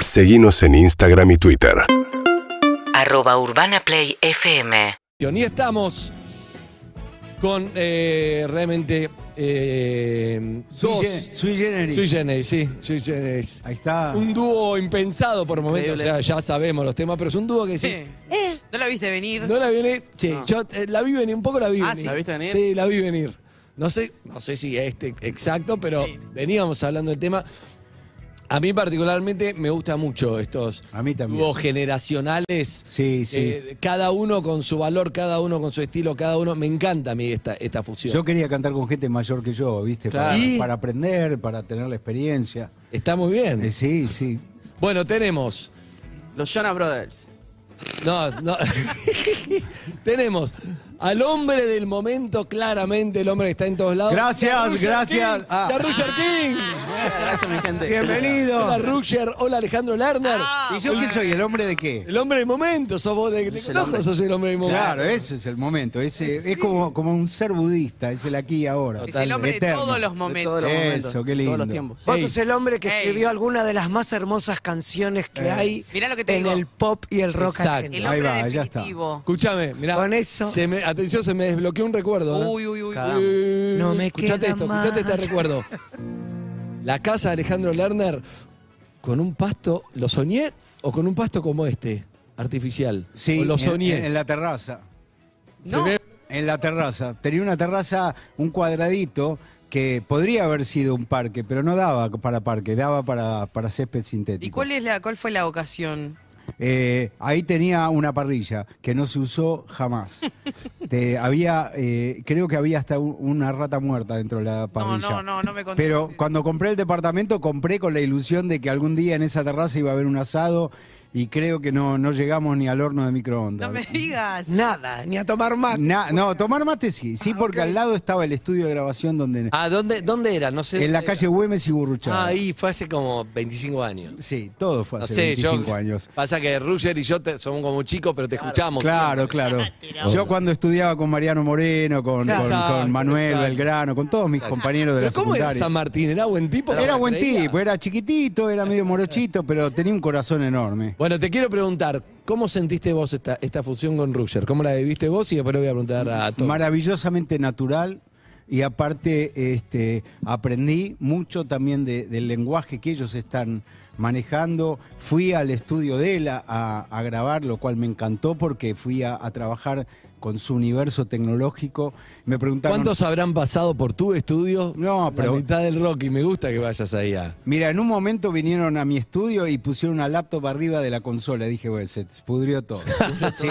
Seguimos en Instagram y Twitter. arroba urbanaplayfm Y estamos con eh, realmente eh, dos. Sui generis. Ah. Sui generis, sí, sui generis. Ahí está. Un dúo impensado por momentos, o sea, ya sabemos los temas, pero es un dúo que decís, Eh, No la viste venir. no la viene, sí, yo eh, la vi venir, un poco la vi Ah, venir. sí. ¿La viste venir? Sí, la vi venir. No sé, no sé si este exacto, pero veníamos hablando del tema. A mí particularmente me gusta mucho estos A mí también. dúos generacionales. Sí, sí. Eh, cada uno con su valor, cada uno con su estilo, cada uno. Me encanta a mí esta, esta fusión. Yo quería cantar con gente mayor que yo, ¿viste? Claro. Para, Y- para aprender, para tener la experiencia. Está muy bien. Eh, sí, sí. Bueno, tenemos. Los Jonas Brothers. No, no. tenemos al hombre del momento, claramente, el hombre que está en todos lados. Gracias, La Rusher gracias. King, Ah. La Rusher King. Gracias, mi gente. Bienvenido. Hola, Rusher. Hola, Alejandro Lerner. ¿Y yo qué soy? ¿El hombre de qué? El hombre del momento, sos vos de que te Sos el conozco, hombre. sos el hombre del momento. Claro, eh. ese es el momento. Ese, Es como, como un ser budista, es el aquí y ahora. Es el hombre de Eterno. todos los De momentos. todos los Eso, momentos, qué de Todos lindo. los tiempos. Vos Ey. sos el hombre que Ey. escribió alguna de las más hermosas canciones que hay Mirá lo que te en digo. el pop y el rock Exacto. El argentino. Ahí hombre va, ya está. definitivo. Escuchame, mirá. Con eso- se me- atención, se me desbloqueó un recuerdo. ¿no? Uy, uy, uy. Cagamos. Eh, No me escuchate queda esto, más. escuchate este recuerdo. La casa de Alejandro Lerner con un pasto, ¿lo soñé o con un pasto como este, artificial? Sí, o lo en- soñé. En, en la terraza. Se No. ve- En la terraza. Tenía una terraza, un cuadradito, que podría haber sido un parque, pero no daba para parque, daba para, para césped sintético. ¿Y cuál, es la, cuál fue la ocasión? Eh, ahí tenía una parrilla que no se usó jamás. Te- había, eh, creo que había hasta un- una rata muerta dentro de la parrilla. no, no, no me contaste. Pero cuando compré el departamento, compré con la ilusión de que algún día en esa terraza iba a haber un asado y creo que no, no llegamos ni al horno de microondas. No me digas. Nada, ni a tomar mate. Na- no, tomar mate sí, sí, porque al lado estaba el estudio de grabación donde Ah, ¿dónde, ¿dónde era? No sé. en la calle Güemes y Burruchaga. Ah, Ahí fue hace como 25 años. Sí, todo fue No hace sé, 25 yo. años. Pasa que Ruger y yo te- somos como chicos, pero te escuchamos. Claro, claro. Ah, Yo cuando estudiaba con Mariano Moreno, con, Claro. con- Exacto, con Manuel exacto. Belgrano, con todos mis compañeros de la ¿Pero cómo era secundaria. San Martín? ¿Era buen tipo? Era buen ¿Creía? tipo, eh. era chiquitito, era medio morochito, pero tenía un corazón enorme. Bueno, te quiero preguntar, ¿cómo sentiste vos esta, esta fusión con Ruger? ¿Cómo la viviste vos? Y después le voy a preguntar a todos. Maravillosamente natural. Y aparte, este, aprendí mucho también de- del lenguaje que ellos están manejando. Fui al estudio de él a, a- a grabar, lo cual me encantó porque fui a, a trabajar con su universo tecnológico. Me preguntaron. ¿Cuántos habrán pasado por tu estudio? No, pero- La mitad del rock y me gusta que vayas ahí a... Mira, en un momento vinieron a mi estudio y pusieron una laptop arriba de la consola. Dije, bueno, se pudrió todo. Sí.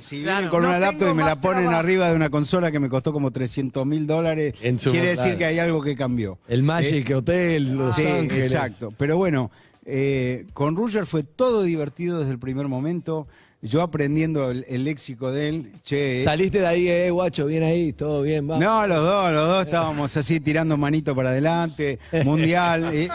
Si vienen Claro. con No una laptop y tengo me la más ponen trabajo. arriba de una consola que me costó como 300 mil dólares, En su- quiere decir claro. que hay algo que cambió. Eh, El Magic Hotel, Los sí, Ángeles. exacto. Pero bueno, eh, con Ruger fue todo divertido desde el primer momento. Yo aprendiendo el, el léxico de él, che. eh, Saliste de ahí, eh, guacho, bien ahí, todo bien, va. no, los dos, los dos estábamos así tirando manito para adelante, mundial. eh,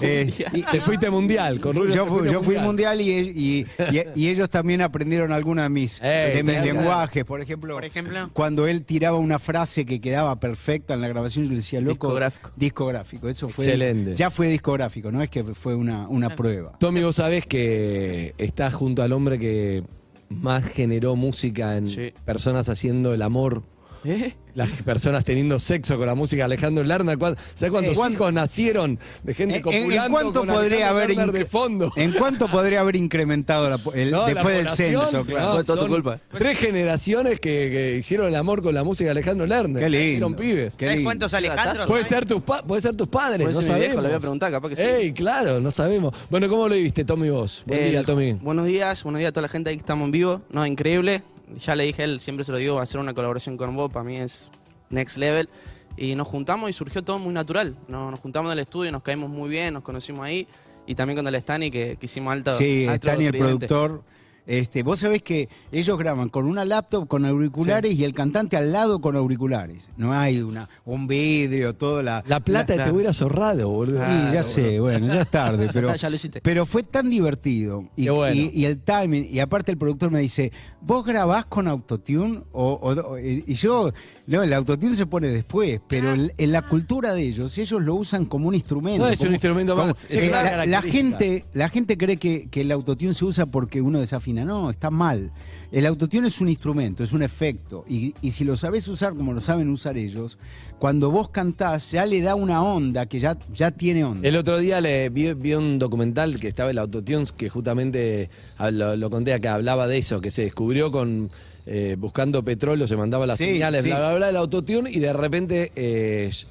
eh, y- Te fuiste mundial con Rubio. yo te fui, fuiste yo fui mundial y, y- y- y ellos también aprendieron algunos de mis, Ey, de mis claro. lenguajes. Por ejemplo, Por ejemplo. cuando él tiraba una frase que quedaba perfecta en la grabación, yo le decía, loco, Discográfico. discográfico. Eso fue, Excelente. Ya fue discográfico, no es que fue una, una prueba. Tommy, vos sabés que estás junto al hombre que más generó música en Sí. personas haciendo el amor. ¿Eh? Las personas teniendo sexo con la música Alejandro Lerner. ¿cuán- ¿Sabés cuántos Eh, ¿cuán- hijos nacieron de gente Eh, ¿En- en- copulando ¿En, cuánto con podría Alejandro haber Lerner incre- de fondo? ¿En cuánto podría haber incrementado la po- el- No, la después del población, censo? Claro. no, Fue toda tu son culpa. Tres generaciones que, que hicieron el amor con la música de Alejandro Lerner. Qué lindo. Hicieron pibes. Qué ¿Sabes lindo. cuántos Alejandros? Puede hay? ser, tus pa- puede ser tus padres, Puede no ser mi viejo, sabemos. le voy a preguntar, capaz que sí. Ey, claro, no sabemos. Bueno, ¿cómo lo viviste, Tommy, vos? Buen Eh, día, Tommy. Buenos días, buenos días a toda la gente ahí que estamos en vivo. No, increíble. Ya le dije a él, siempre se lo digo, va a ser una colaboración con vos, para mí es next level. Y nos juntamos y surgió todo muy natural. Nos, nos juntamos en el estudio, nos caímos muy bien, nos conocimos ahí. Y también con el Stani, que, que hicimos alta. Sí, alto Stani, el cliente. productor. Este, vos sabés que ellos graban con una laptop con auriculares y el cantante al lado con auriculares. No hay una, un vidrio, toda la. La plata te hubiera zorrado, boludo. y ya sé, bueno, ya es tarde, pero, está, ya lo hiciste. pero fue tan divertido. Y, Qué bueno. y- y el timing, y aparte el productor me dice, ¿vos grabás con autotune? O, o- o- y y yo, no, el autotune se pone después, pero Ah. el- en la cultura de ellos, ellos lo usan como un instrumento. No, es un como- instrumento como- más, es eh, una la, la característica. gente, la gente cree que, que el autotune se usa porque uno desafina. No, está mal. El autotune es un instrumento, es un efecto. Y, y si lo sabés usar como lo saben usar ellos, cuando vos cantás ya le da una onda que ya, ya tiene onda. El otro día le vi, vi un documental que estaba el Autotunes, que justamente ah, lo, lo conté acá, hablaba de eso, que se descubrió con eh, buscando petróleo, se mandaba las Sí, señales, sí. bla, bla, bla, el Autotune, y de repente eh, Sh-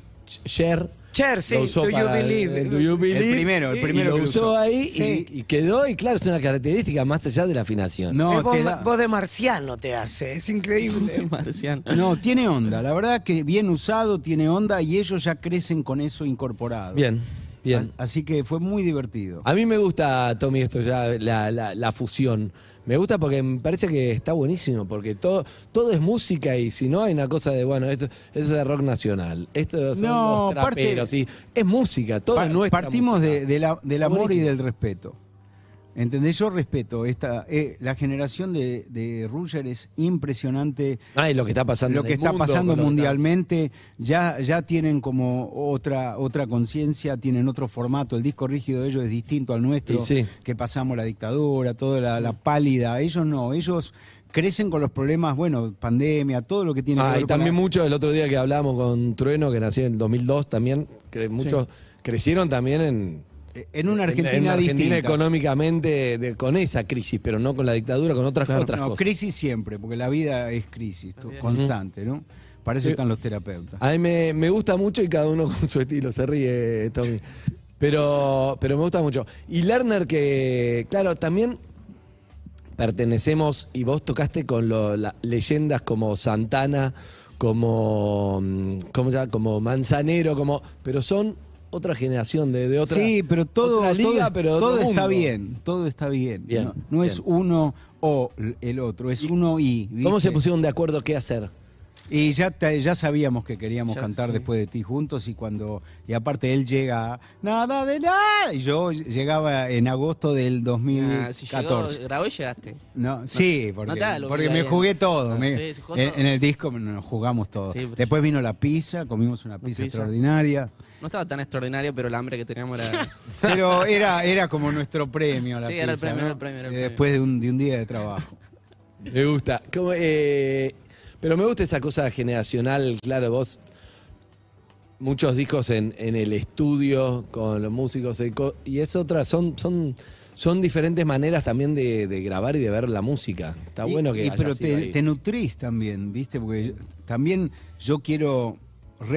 Cher. Cher, sí, lo usó Do You para- Believe. Do You Believe, primero, el y- primero y lo que lo usó usó. ahí Sí. y, y quedó, y claro, es una característica más allá de la afinación. no, Es voz, te ma- da- voz de marciano te hace, es increíble. Marciano. no, tiene onda. La verdad que bien usado tiene onda y ellos ya crecen con eso incorporado. Bien, bien. A- Así que fue muy divertido. A mí me gusta, Tommy, esto ya, la, la- la fusión. Me gusta porque me parece que está buenísimo, porque todo, todo es música y si no hay una cosa de, bueno, esto, eso es rock nacional, esto son No, los parte- traperos, y es música, todo Pa- es nuestra Partimos de- música. de la- del amor Buenísimo. y del respeto. ¿Entendés? Yo respeto. Esta, eh, la generación de, de Ruger es impresionante. Ah, y lo que está pasando Lo en que el está mundo, pasando con lo que está- mundialmente, ya, ya tienen como otra, otra conciencia, tienen otro formato. El disco rígido de ellos es distinto al nuestro, Y sí. que pasamos la dictadura, toda la, la pálida. Ellos no, ellos crecen con los problemas, bueno, pandemia, todo lo que tiene que Ah, ver y con también la- muchos, el otro día que hablábamos con Trueno, que nació en el 2002, también cre- muchos crecieron también en... eh, en una Argentina, en una Argentina distinta. económicamente de- con esa crisis, pero no con la dictadura, con otras, Claro. otras No, cosas. crisis siempre, porque la vida es crisis tú, constante, ¿no? Para Sí. eso Ah, están los terapeutas. A mí me, me gusta mucho y cada uno con su estilo, se ríe Tommy. Pero, pero me gusta mucho. Y Lerner que, claro, también pertenecemos y vos tocaste con lo- la- leyendas como Santana, como, mm, ¿cómo se llama? como Manzanero, como, pero son otra generación de, de otra sí, pero todo, otra liga, todo es- pero de todo otro está mundo. bien, todo está bien. Bien, no no bien. es uno o el otro, es uno y. ¿Cómo ¿viste? se pusieron de acuerdo qué hacer? Y ya, te- ya sabíamos que queríamos Ya, cantar sí. después de ti juntos y cuando y aparte él llega a, nada de nada y yo llegaba en agosto del Ah, si 2014. llegó, grabó y llegaste. No, sí, porque, no te hagas lo porque que me hay. jugué todo. Ah, me- sí, se jugó en, todo. en el disco me- nos jugamos todo. Sí, pero- Después vino la pizza, comimos una pizza, pizza. extraordinaria. No estaba tan extraordinario, pero el hambre que teníamos era. Pero era, era como nuestro premio. La Sí, era el pizza, premio, ¿no? era el premio, era el Eh, premio. Después de un, de un día de trabajo. Me gusta. Como, eh, pero me gusta esa cosa generacional, claro, vos. Muchos discos en, en el estudio con los músicos eh, co- y es otra, son, son, son diferentes maneras también de, de grabar y de ver la música. Está Y- bueno que... y haya pero sido te, ahí. te nutrís también, ¿viste? Porque yo- también yo quiero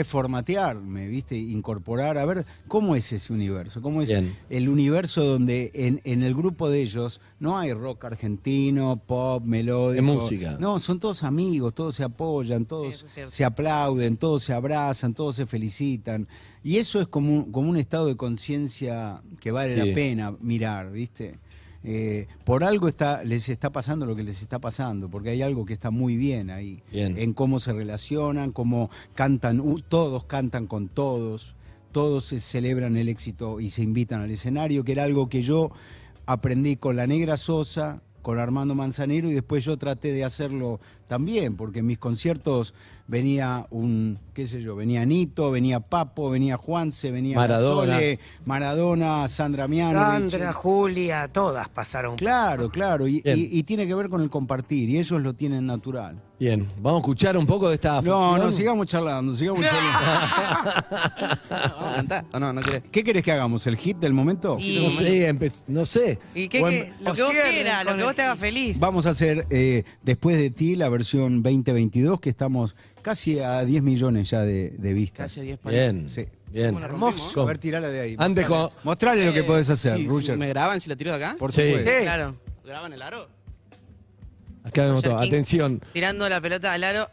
reformatearme, ¿viste? Incorporar, a ver, ¿cómo es ese universo? ¿Cómo es Bien. el universo donde en, en el grupo de ellos no hay rock argentino, pop, melódico? Es música. No, son todos amigos, todos se apoyan, todos eso es cierto. se aplauden, todos se abrazan, todos se felicitan. Y eso es como, un- como un estado de conciencia que vale Sí. la pena mirar, ¿viste? Eh, por algo está, les está pasando lo que les está pasando, porque hay algo que está muy bien ahí, Bien. en cómo se relacionan, cómo cantan, u- todos cantan con todos, todos se celebran el éxito y se invitan al escenario, que era algo que yo aprendí con la Negra Sosa, con Armando Manzanero y después yo traté de hacerlo también, porque en mis conciertos venía un, qué sé yo, venía Nito, venía Papo, venía Juanse, venía Maradona. Sole, Maradona, Sandra Miano. Sandra, Julia, todas pasaron. Claro, claro, y, Bien. y- y tiene que ver con el compartir, y ellos lo tienen natural. Bien, vamos a escuchar un poco de esta... No, fusión. no, sigamos charlando, sigamos charlando. ¿Vamos a cantar? ¿O no? ¿No querés? ¿Qué querés que hagamos? ¿El hit del momento? Y- No sé, empe- no sé. ¿Y qué, O em- qué? Lo o que vos cierren quieras, lo con que el- vos te haga feliz. Vamos a hacer eh, después de ti la versión 2022, que estamos casi a 10 millones ya de, de vistas. Casi a 10 palitos. Bien, Sí. bien. ¿Cómo la rompimos? A ver, tirala de ahí. Antes mostrale, con- Mostrale lo que Eh, podés hacer, sí, sí, Rucher. ¿Me graban si la tiro de acá? Por Sí. supuesto. Claro. ¿Graban el aro? Cabe un Roger montón. King. Atención. Tirando la pelota al aro.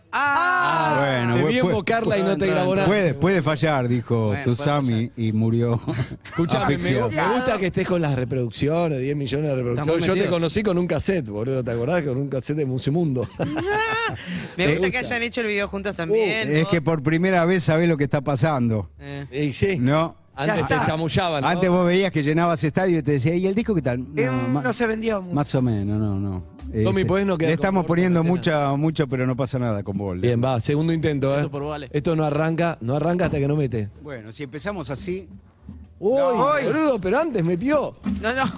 Ah, ¡Ah! bueno, Debí puede- invocarla y no te grabó nada. Puede, puede fallar, dijo Bueno, puede Tusami y murió. Escuchame, me, Asfixiado. me gusta que estés con las reproducciones, 10 millones de reproducciones. Estamos Yo te metidos. conocí con un cassette, boludo, ¿te acordás? Con un cassette de Musimundo. Me te gusta, que gusta. hayan hecho el video juntos Uh, también. eh. es vos. que por primera vez sabés lo que está pasando. Eh. y sí. No. Antes te está. chamullaban. ¿no? Antes vos veías que llenabas estadio y te decía, ¿y el disco qué tal? No, Eh, No, ma- se vendió mucho. Más o menos, no, no. Este, Tommy, ¿podés no quedar Le con estamos Borja poniendo Arena? mucha, mucho, pero no pasa nada con Bol. Bien, va, segundo intento, ¿eh? Esto por vos, Ale. Esto no arranca, no arranca hasta que no mete. Bueno, si empezamos así. Uy, Uy. boludo, pero antes metió No, no.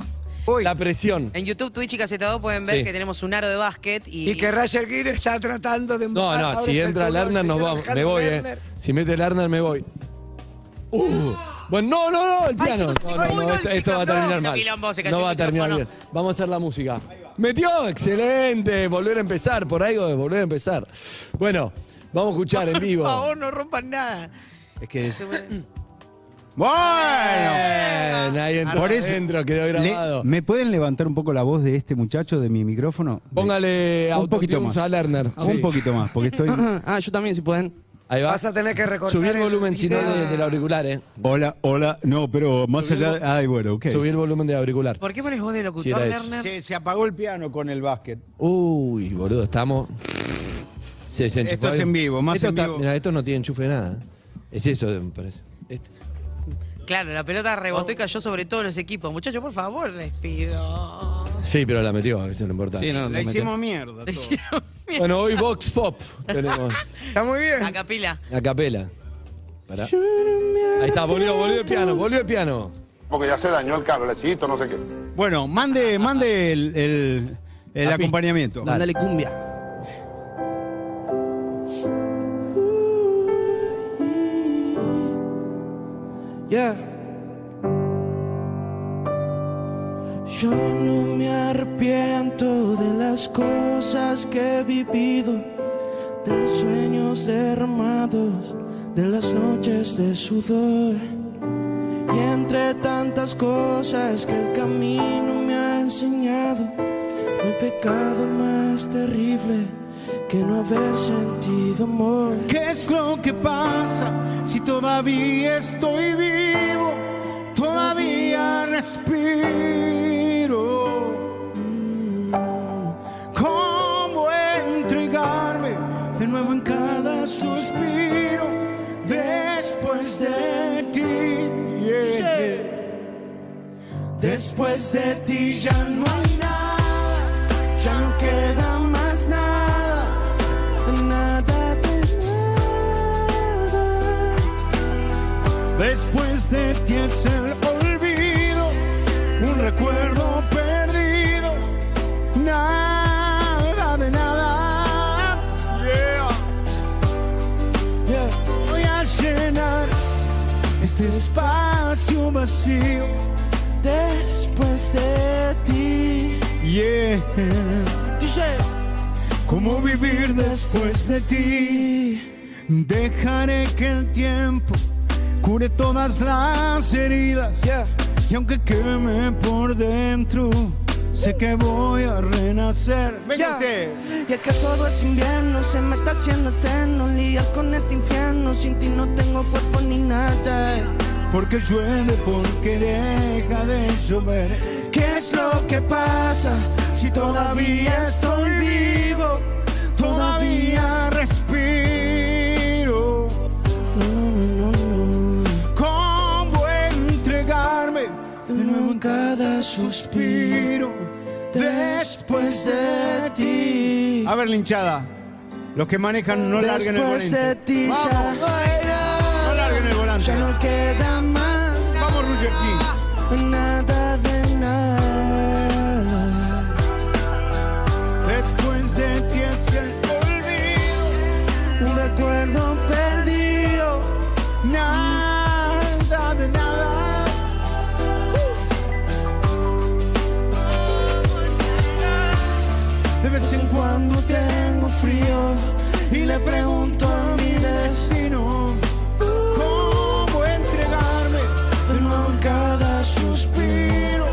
Uy, la presión. En YouTube, Twitch y Casetado pueden ver Sí. que tenemos un aro de básquet y, y que Roger Giro está tratando de No, no, si entra Lerner nos vamos. Me voy, eh. Si mete Lerner me voy. Uh. Bueno, no, no, no, el piano. chicos, No, se me no, cayó no, el esto, esto va a micrófono. terminar mal. Se cayó el quilombo, se cayó No va a el terminar bien. micrófono. Vamos a hacer la música. Metió, excelente. Volver a empezar, por algo de volver a empezar. Bueno, vamos a escuchar en vivo. Por favor, no rompan nada. Es que. Bien, ¡Bueno! ahí entró, Por eso- adentro, quedó grabado. Le- ¿Me pueden levantar un poco la voz de este muchacho, de mi micrófono? Póngale un poquito autotunes más. a Lerner. Sí. Un poquito más, porque estoy. Ah, yo también, si pueden. Ahí va. Vas a tener que recortar. Subí el volumen, si no, video. de- del auricular, ¿eh? Hola, hola. No, pero más allá. de- Ay, bueno, ok. Subí el volumen del auricular. ¿Por qué pones voz de Sí, locutor, era eso. Lerner? Che, se apagó el piano con el básquet. Uy, boludo, estamos. Se desenchufó Esto es algo. en vivo, más Esto en está- vivo. Mirá, esto no tiene enchufe de nada. Es eso, me parece. Este- Claro, la pelota rebotó y cayó sobre todos los equipos. Muchachos, por favor, les pido. Sí, pero la metió, eso es lo importante. Sí, no, lo La hicimos mierda. todo. Bueno, hoy Vox Pop tenemos Está muy bien. A capila. a capela. Pará. Ahí está, volvió, volvió el piano, volvió el piano. Porque ya se dañó el cablecito, no sé qué. Bueno, mande, mande el, el- el La pista. acompañamiento. Mándale cumbia. Yeah. Yo no me arrepiento de las cosas que he vivido, de los sueños derramados, de las noches de sudor. Y entre tantas cosas que el camino me ha enseñado, no hay pecado más terrible que no haber sentido amor. ¿Qué es lo que pasa si todavía estoy vivo? Todavía respiro. Mm. ¿Cómo entregarme de nuevo en cada suspiro después de ti? yeah. Después de ti ya no hay nada, ya no queda más nada. Nada de nada. Después de ti es el olvido, un recuerdo perdido. Nada de nada. Yeah. Yeah. Voy a llenar este espacio vacío después de ti. Yeah. ¿Cómo vivir después de ti? Dejaré que el tiempo cure todas las heridas. Y aunque queme por dentro, sé que voy a renacer. Ya. Ya que todo es invierno, se me está haciendo eterno Lidiar con este infierno, sin ti no tengo cuerpo ni nada Porque llueve, porque deja de llover. ¿Qué es lo que pasa si todavía estoy vivo? Todavía respiro. No, no, no, ¿Cómo entregarme de nuevo en cada suspiro Después de ti A ver, linchada. Los que manejan no larguen el Después de volante. ti ya Vamos, no larguen el volante. Ya no queda más Vamos, Roger King. Nada de nada Después de ti es el olvido. Un recuerdo perdido Nada de nada. De vez en cuando tengo frío y le pregunto a mi destino cómo entregarme de nuevo en cada suspiro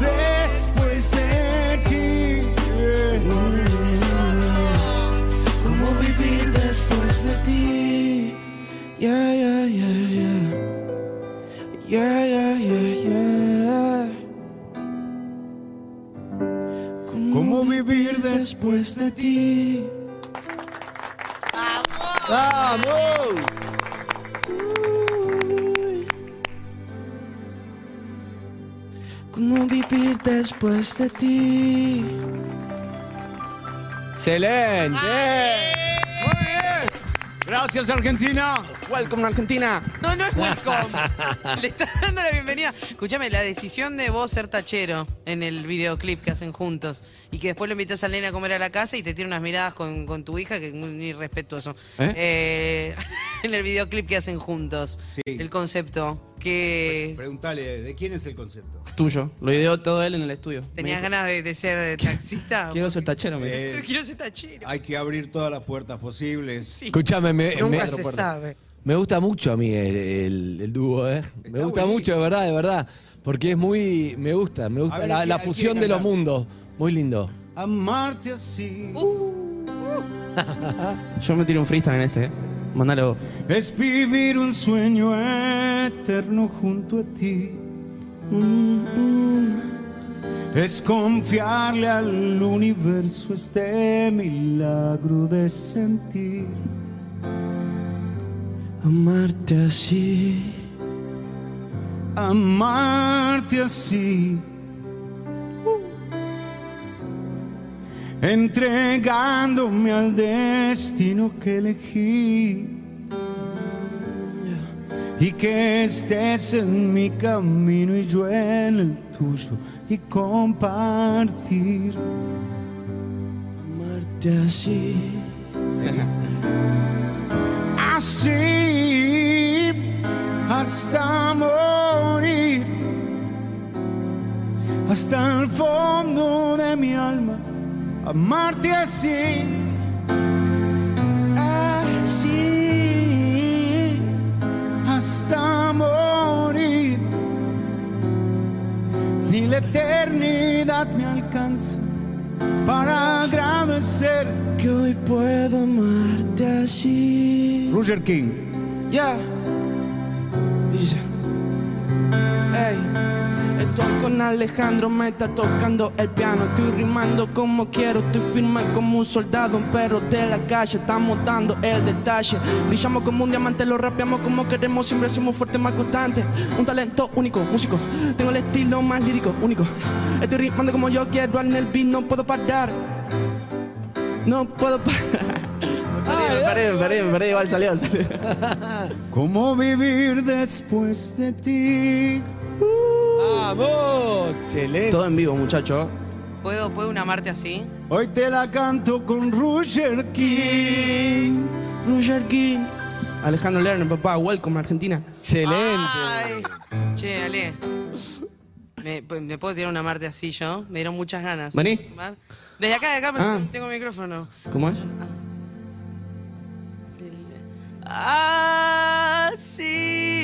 después de ti. ¿Cómo vivir después? después de ti. ¡Vamos! ¿Cómo vivir después de ti? ¡Excelente! Gracias Argentina. Welcome Argentina. No, no es welcome. Le está dando la bienvenida. Escúchame, la decisión de vos ser tachero en el videoclip que hacen juntos y que después lo invitas al nene a comer a la casa y te tiene unas miradas con, con tu hija que muy ni respetuoso. Eh, en el videoclip que hacen juntos. Sí. El concepto que Preguntale, ¿de quién es el concepto? Tuyo. Lo ideó todo él en el estudio. Me tenías dijo, ganas de, de ser taxista. Quiero ser tachero, me dijo. Eh, Quiero ser tachero. hay que abrir todas las puertas posibles. Escúchame, me, Nunca me- se sabe. me gusta mucho a mí el, el- el dúo, ¿eh? me gusta mucho, de verdad, de verdad. Porque es muy. Me gusta, me A gusta. ver, La, ¿quién- la quién fusión de canta? los mundos. Muy lindo. Amarte así. Yo me tiro un freestyle en este, eh. Mandalo. Es vivir un sueño eterno junto a ti. Mm, mm. Es confiarle al universo este milagro de sentir. Amarte así. Amarte así. Entregándome al destino que elegí. y que estés en mi camino y yo en el tuyo y compartir. Amarte así. así hasta morir, hasta el fondo de mi alma, amarte así, así hasta morir, ni la eternidad me alcanza para agradecer. Que hoy puedo amarte así. Roger King. Ya. Dice. Ey. Estoy con Alejandro, me está tocando el piano. Estoy rimando como quiero, estoy firme como un soldado. Un perro de la calle, estamos dando el detalle. Brillamos como un diamante, lo rapeamos como queremos. Siempre somos fuertes, más constantes. Un talento único, músico. Tengo el estilo más lírico, único. Estoy rimando como yo quiero, en el beat no puedo parar. No puedo parar. Me paré, me paré, me paré, igual salió, salió. ¿Cómo vivir después de ti? ¡Vamos! ¡Excelente! Todo en vivo, muchacho. ¿Puedo, ¿Puedo un amarte así? Hoy te la canto con Roger King. Roger King. Alejandro Lerner, papá, welcome Argentina. ¡Excelente! Che, Ale. ¿Me, p- me puedo tirar una Marte así yo? Me dieron muchas ganas. Vení. Mar- Desde acá, de acá me- Ah. tengo micrófono. ¿Cómo es?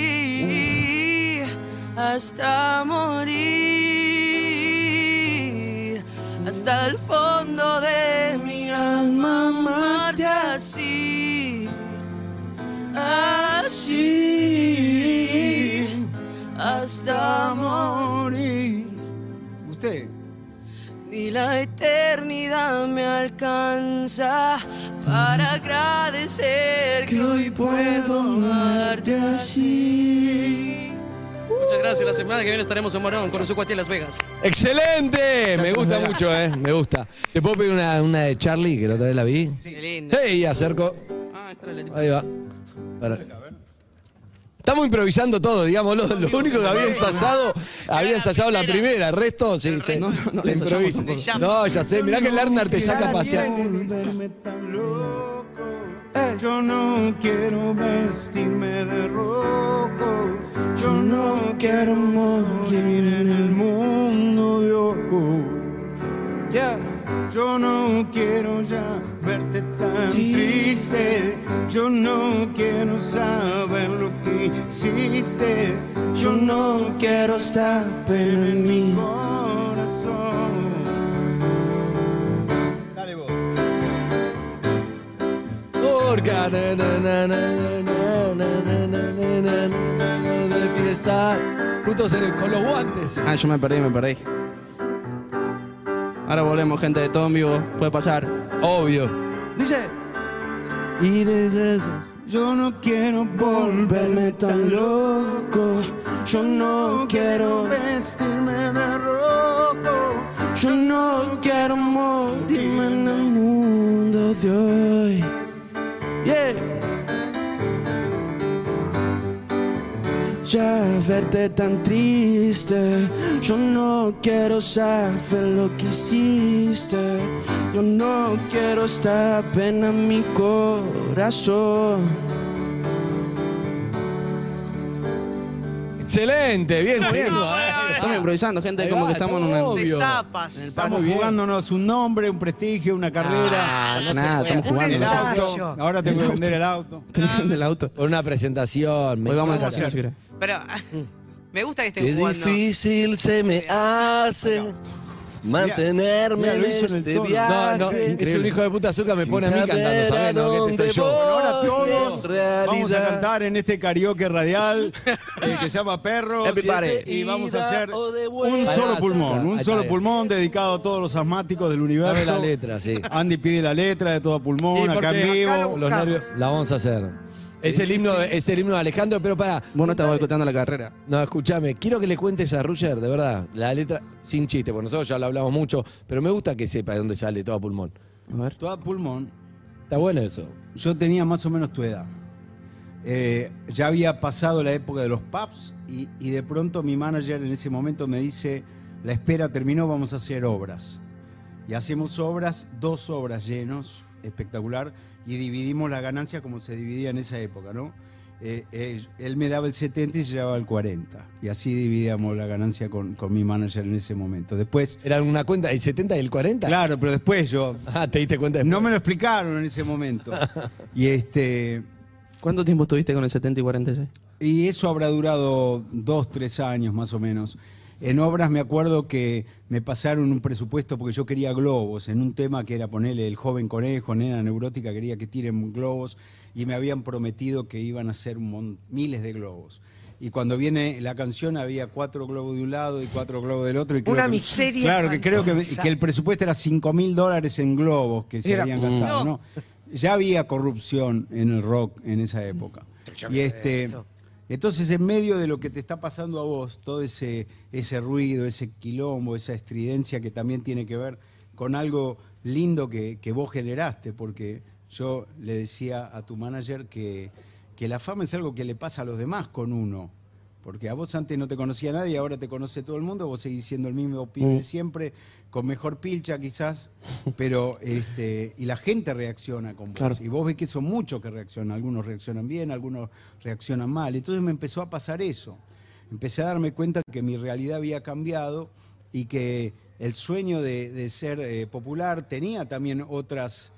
Así hasta morir, hasta el fondo de mi alma, amarte así, así hasta morir. Usted. Ni la eternidad me alcanza para agradecer que hoy puedo amarte así. Muchas gracias. La semana que viene estaremos en Morón con Usucuati en Las Vegas. ¡Excelente! Me gusta mucho, ¿eh? Me gusta. ¿Te puedo pedir una, una de Charlie, que la otra vez la vi? Qué lindo. ¡Hey! Acerco. Ah, esta es la Ahí va. Para. Estamos improvisando todo, digámoslo. Lo único que había ensayado, había ensayado la primera. El resto se, se- no, no, no, se la improvisa. ensayamos No, ya sé. Mirá que Lerner te saca a pasear. volverme tan loco. Yo no quiero vestirme de rojo. Yo no quiero morir en el mundo de hoy. Ya, Yo no quiero ya verte tan triste. Yo no quiero saber lo que hiciste. Yo no quiero estar pena en mi corazón. Dale vos. Orca, na, na, na, na, na, na, na, na, na, na, na, na, de fiesta. Juntos en el- con los guantes. Ah, yo me perdí, me perdí. Ahora volvemos, gente, de todo en vivo. Puede pasar. Obvio. Dice. Y desde eso yo no quiero volverme tan loco. Yo no quiero vestirme de rojo. Yo no quiero morirme en el mundo de hoy. Yeah. Ya verte tan triste, yo no quiero saber lo que hiciste. Yo no quiero esta pena en mi corazón. Excelente, bien, ¿eh? bien. Estamos improvisando, gente, Ahí como va, que estamos no, en una. Se Obvio. zapa, se zapa. Estamos jugándonos un nombre, un prestigio, una carrera. Ah, no nada, estamos Un jugando. el ensayo. auto. Ahora tengo que vender el auto. Tenemos el auto. Por una presentación. me Hoy vamos a encanta. canción, si querés. Pero ah, me gusta que estén Qué jugando. difícil se me hace mantenerme Mirá, en lo hizo en el este tono. No, viaje. no, es un hijo de puta azúcar, me Sin pone a mí saber cantando, ¿sabes? No, a que dónde este soy yo. voy. Ahora todos Realidad. vamos a cantar en este karaoke radial eh, que se llama Perros. Y vamos a hacer o de un vuelta. solo Ahí va, pulmón, azúcar. un Ahí solo está. pulmón dedicado a todos los asmáticos del universo. Dame la letra, sí. Andy pide la letra de todo Y pulmón, porque acá en acá vivo. lo- los nervios, la vamos a hacer. Es el himno, es el himno de Alejandro, pero pará. Vos no estás boicoteando la carrera. No, escúchame, quiero que le cuentes a Ruger, de verdad, la letra, sin chiste, porque nosotros ya lo hablamos mucho, pero me gusta que sepa de dónde sale todo a pulmón. A ver. Todo pulmón. Está bueno eso. Yo tenía más o menos tu edad. Eh, ya había pasado la época de los pubs y, y de pronto mi manager en ese momento me dice, la espera terminó, vamos a hacer obras. Y hacemos obras, dos obras llenos, espectacular, y dividimos la ganancia como se dividía en esa época, ¿no? Eh, eh, él me daba el 70 y se llevaba el 40. Y así dividíamos la ganancia con, con mi manager en ese momento. Después, ¿Era una cuenta del 70 y el 40? claro, pero después yo... Ah, te diste cuenta después. No me lo explicaron en ese momento. Y este... ¿Cuánto tiempo estuviste con el 70 y 46? Y eso habrá durado dos, tres años más o menos. En obras me acuerdo que me pasaron un presupuesto porque yo quería globos, en un tema que era ponerle el joven conejo, nena neurótica, quería que tiren globos y me habían prometido que iban a hacer un mon- miles de globos. Y cuando viene la canción había cuatro globos de un lado y cuatro globos del otro. Y creo Una que- miseria Claro, que creo que, espantosa. que el presupuesto era 5 mil dólares en globos que se Era- habían gastado. ¿no? Ya había corrupción en el rock en esa época. Y este, entonces, en medio de lo que te está pasando a vos, todo ese, ese ruido, ese quilombo, esa estridencia que también tiene que ver con algo lindo que, que vos generaste, porque yo le decía a tu manager que, que la fama es algo que le pasa a los demás con uno. Porque a vos antes no te conocía nadie, ahora te conoce todo el mundo, vos seguís siendo el mismo pibe siempre, con mejor pilcha quizás, pero este, y la gente reacciona con vos. Claro. Y vos ves que son muchos que reaccionan, algunos reaccionan bien, algunos reaccionan mal. Entonces me empezó a pasar eso. Empecé a darme cuenta que mi realidad había cambiado y que el sueño de, de ser eh, popular tenía también otras,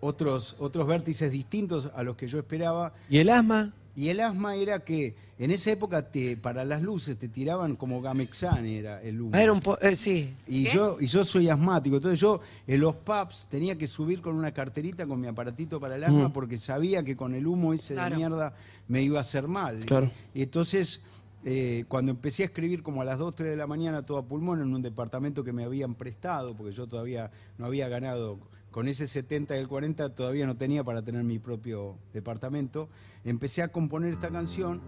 otros, otros vértices distintos a los que yo esperaba. ¿Y el asma? Y el asma era que en esa época te, para las luces te tiraban como gamexán era el humo. Ah, Era un po- eh, sí. y, yo, y yo soy asmático, entonces yo en los pubs tenía que subir con una carterita con mi aparatito para el asma porque sabía que con el humo ese de Claro. mierda me iba a hacer mal. Claro. Y entonces eh, cuando empecé a escribir como a las 2, 3 de la mañana todo a pulmón en un departamento que me habían prestado porque yo todavía no había ganado con ese 70 y el 40 todavía no tenía para tener mi propio departamento. Empecé a componer esta canción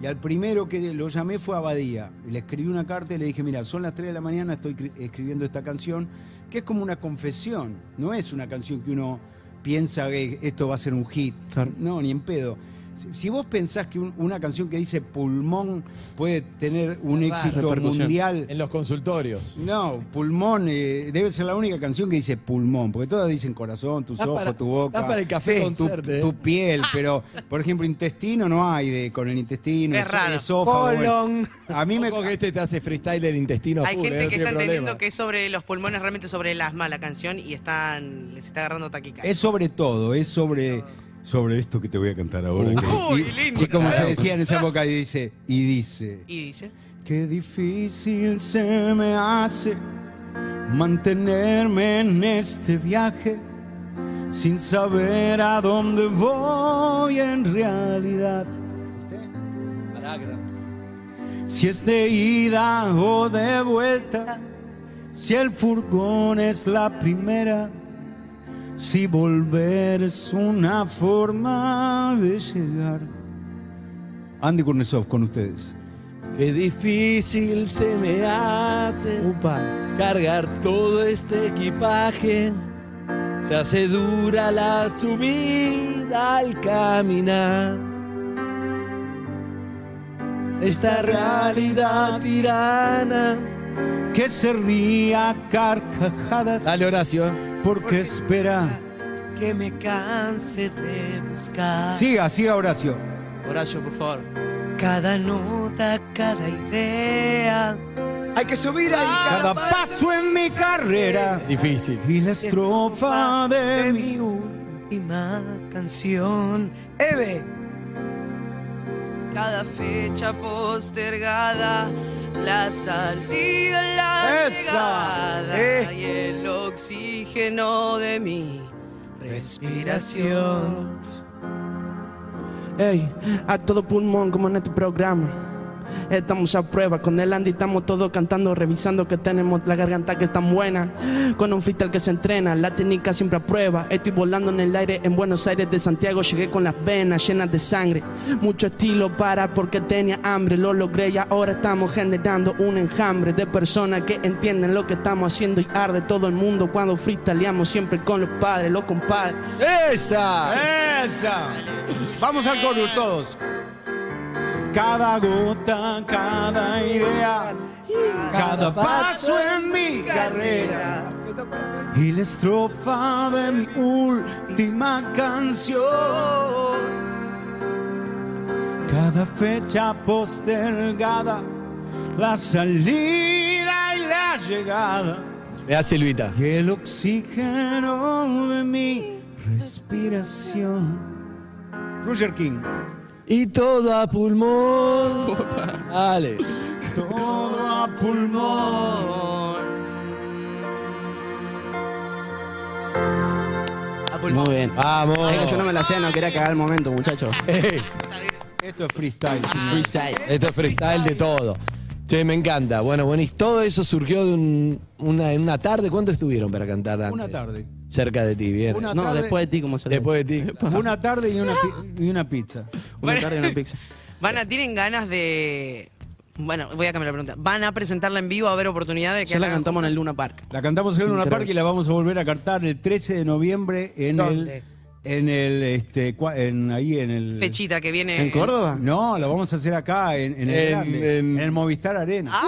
y al primero que lo llamé fue Abadía. Y le escribí una carta y le dije, mira, son las 3 de la mañana, estoy cri- escribiendo esta canción, que es como una confesión, no es una canción que uno piensa que esto va a ser un hit. Claro. No, ni en pedo. Si, si vos pensás que un- una canción que dice pulmón puede tener un Verdad, éxito repercusión. mundial, En los consultorios. no, pulmón, eh, debe ser la única canción que dice pulmón, porque todas dicen corazón, tus Da ojos, para- tu boca. da para el café tu, concert, eh. tu piel, pero por ejemplo, intestino no hay de con el intestino, Es eso- raro. esófago. bueno. A mí me Ojo que este te hace freestyle el intestino Hay full, eh, gente no que tiene está problema. entendiendo que es sobre los pulmones, realmente sobre el asma la canción y están les está agarrando taquicardia. es sobre todo, es sobre sobre esto que te voy a cantar ahora. que- Uy, y- lindo. y, como se decía en esa época y dice y dice Y dice, Qué difícil se me hace mantenerme en este viaje sin saber a dónde voy en realidad. Si es de ida o de vuelta, Si el furgón es la primera, si volver es una forma de llegar. Andy Kurnesov con ustedes. Qué difícil se me hace cargar todo este equipaje. Se hace dura la subida al caminar. Esta realidad tirana que se ría a carcajadas. Dale, Horacio. Porque espera. Que me canse de buscar. Siga, siga Horacio. Horacio, por favor. Cada nota, cada idea. Hay que subir ahí. Cada paso en mi carrera. Difícil. Y la estrofa de mi última canción. Eve. Cada fecha postergada, la salida, la Esa. llegada Eh. y el oxígeno de mi respiración. Ey, a todo pulmón como en este programa. Estamos a prueba, con el Andy estamos todos cantando, revisando que tenemos la garganta que es tan buena. Con un freestyle que se entrena, la técnica siempre a prueba. Estoy volando en el aire en Buenos Aires de Santiago, llegué con las venas llenas de sangre. Mucho estilo para porque tenía hambre, lo logré y ahora estamos generando un enjambre de personas que entienden lo que estamos haciendo y arde todo el mundo cuando freestyleamos siempre con los padres, los compadres. Eh. ¡Esa! ¡Esa! Vamos al corner todos. Cada gota, cada idea, cada paso en mi carrera. Y la estrofa de mi última canción. Cada fecha postergada, la salida y la llegada. Me da Silvita. Y el oxígeno de mi respiración. Roger King. Y todo a pulmón. Dale. Todo a pulmón. Muy bien. Vamos. Oiga, yo no me la sé, no quería cagar el momento, muchachos. Esto es freestyle. Ah, Freestyle. Esto es freestyle de todo. Che, me encanta. Bueno, bueno, y todo eso surgió de un- una, en una tarde. ¿Cuánto estuvieron para cantar antes? Una tarde. Cerca de ti, bien. Una No, tarde, después de ti, como se le Después de ti. Una tarde y una, pi- y una pizza. Una tarde y una pizza. Van a, tienen ganas de. Bueno, voy a cambiar la pregunta. ¿Van a presentarla en vivo? ¿Va a haber oportunidad de que Ya la hagan- cantamos en el Luna Park. La cantamos en Luna Increíble. Park y la vamos a volver a cantar el 13 de noviembre en ¿Dónde? el. En el. Este, cua- en, ahí en el. Fechita que viene. ¿En Córdoba? No, la vamos a hacer acá, en, en el En- grande, en- en el Movistar Arena. ¡Ah!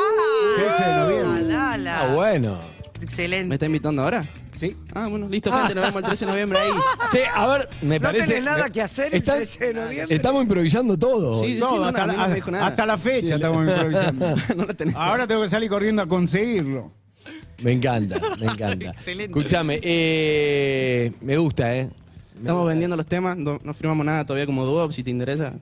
13 de noviembre. La, la. Ah, bueno. ¿Me Excelente. está invitando ahora? Sí. Ah, bueno, listo, gente. Nos vemos el 13 de noviembre ahí. Che, a ver, me No parece. tenés nada me- que hacer el estás- 13 de noviembre. Estamos improvisando todo. Sí, sí, No, sí, no, hasta, a mí la, no me dijo nada. hasta la fecha estamos improvisando. no la tenés. Ahora tengo que salir corriendo a conseguirlo. Me encanta, me encanta. Excelente. Escúchame, eh, me gusta, ¿eh? Estamos vendiendo los temas, no, no firmamos nada todavía como dúo, si te interesa.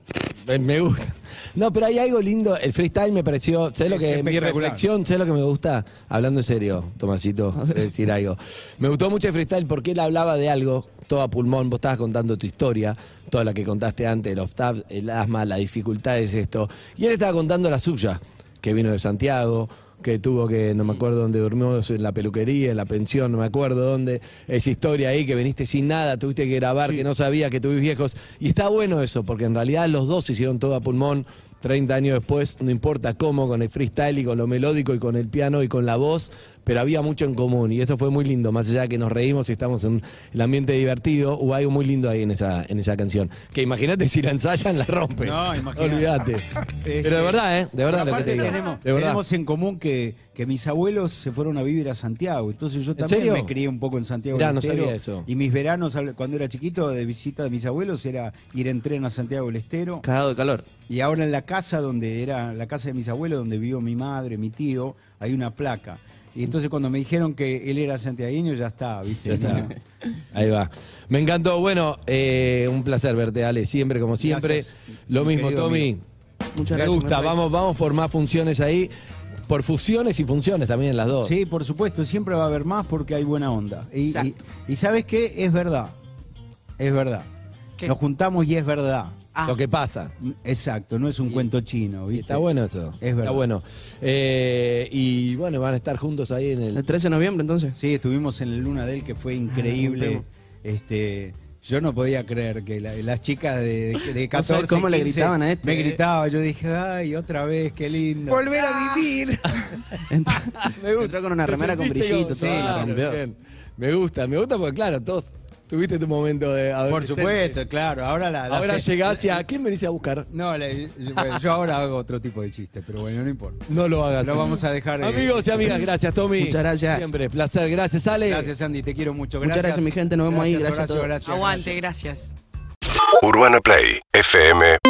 Me- Me gusta. No, pero hay algo lindo. El freestyle me pareció. ¿Sabes lo Es que mi espectacular. reflexión? ¿Sabes lo que me gusta? Hablando en serio, Tomasito, de decir algo. Me gustó mucho el freestyle porque él hablaba de algo, todo a pulmón. Vos estabas contando tu historia, toda la que contaste antes, los tabs, el asma, las dificultades, esto. Y él estaba contando la suya, que vino de Santiago. Que tuvo que, no me acuerdo dónde durmió, en la peluquería, en la pensión, no me acuerdo dónde. Esa historia ahí que viniste sin nada, tuviste que grabar, que no sabía que tuviste viejos. Y está bueno eso, porque en realidad los dos hicieron todo a pulmón. 30 años después, no importa cómo, con el freestyle y con lo melódico y con el piano y con la voz, pero había mucho en común y eso fue muy lindo, más allá de que nos reímos y estamos en el ambiente divertido, hubo algo muy lindo ahí en esa, en esa canción. Que imagínate si la ensayan, la rompen. No, imagínate. Olvídate. Este, pero de verdad, ¿eh? De verdad Pero lo que aparte te digo. Tenemos, de verdad. tenemos en común que, que mis abuelos se fueron a vivir a Santiago. Entonces yo también serio? me crié un poco en Santiago. Mirá, del no Estero, sabía eso. Y mis veranos, al- cuando era chiquito, de visita de mis abuelos era ir en tren a Santiago del Estero. Cagado de calor. Y ahora en la casa donde era la casa de mis abuelos, donde vivió mi madre, mi tío, hay una placa. Y entonces cuando me dijeron que él era santiagueño, ya está, ¿viste? Ya está. No. Ahí va. Me encantó. Bueno, eh, un placer verte, Ale. Siempre, como siempre. Gracias, Lo mi mismo, querido Tommy. amigo. Muchas Me gracias, gusta. me parece. Vamos, vamos por más funciones ahí. Por fusiones y funciones también las dos. Sí, por supuesto, siempre va a haber más porque hay buena onda. Y, y- y sabes qué, es verdad, es verdad. ¿Qué? Nos juntamos y es verdad. Ah. Lo que pasa. Exacto, no es un cuento chino, ¿viste? Está bueno eso. Es verdad. Está bueno. Eh, y bueno, van a estar juntos ahí en el. El 13 de noviembre, entonces. Sí, estuvimos en la Luna del que fue increíble. este, yo no podía creer que la- las chicas de, de, de No 14 sabes cómo le 15, gritaban a este, Me eh. gritaban, yo dije, ay, otra vez, qué lindo. Volver a vivir. Me gusta. Entró con una Te remera con sentiste brillito, como- todo, la Claro, rompió. bien. Me gusta, me gusta porque, claro, todos tuviste tu momento de. Por adolescente. supuesto, claro. Ahora la, la Ahora se- llegás y a. ¿Quién venís a buscar? No, la- bueno, yo ahora hago otro tipo de chiste, pero bueno, no importa. No lo hagas. Lo vamos a dejar. eh, Amigos y amigas, gracias, Tommy. Muchas gracias. Siempre, placer. Gracias, Ale. Gracias, Andy, te quiero mucho. Muchas Gracias, gracias, mi gente. Nos vemos ahí. Gracias a Horacio, todos. gracias. Aguante, gracias. UrbanaPlayFM.com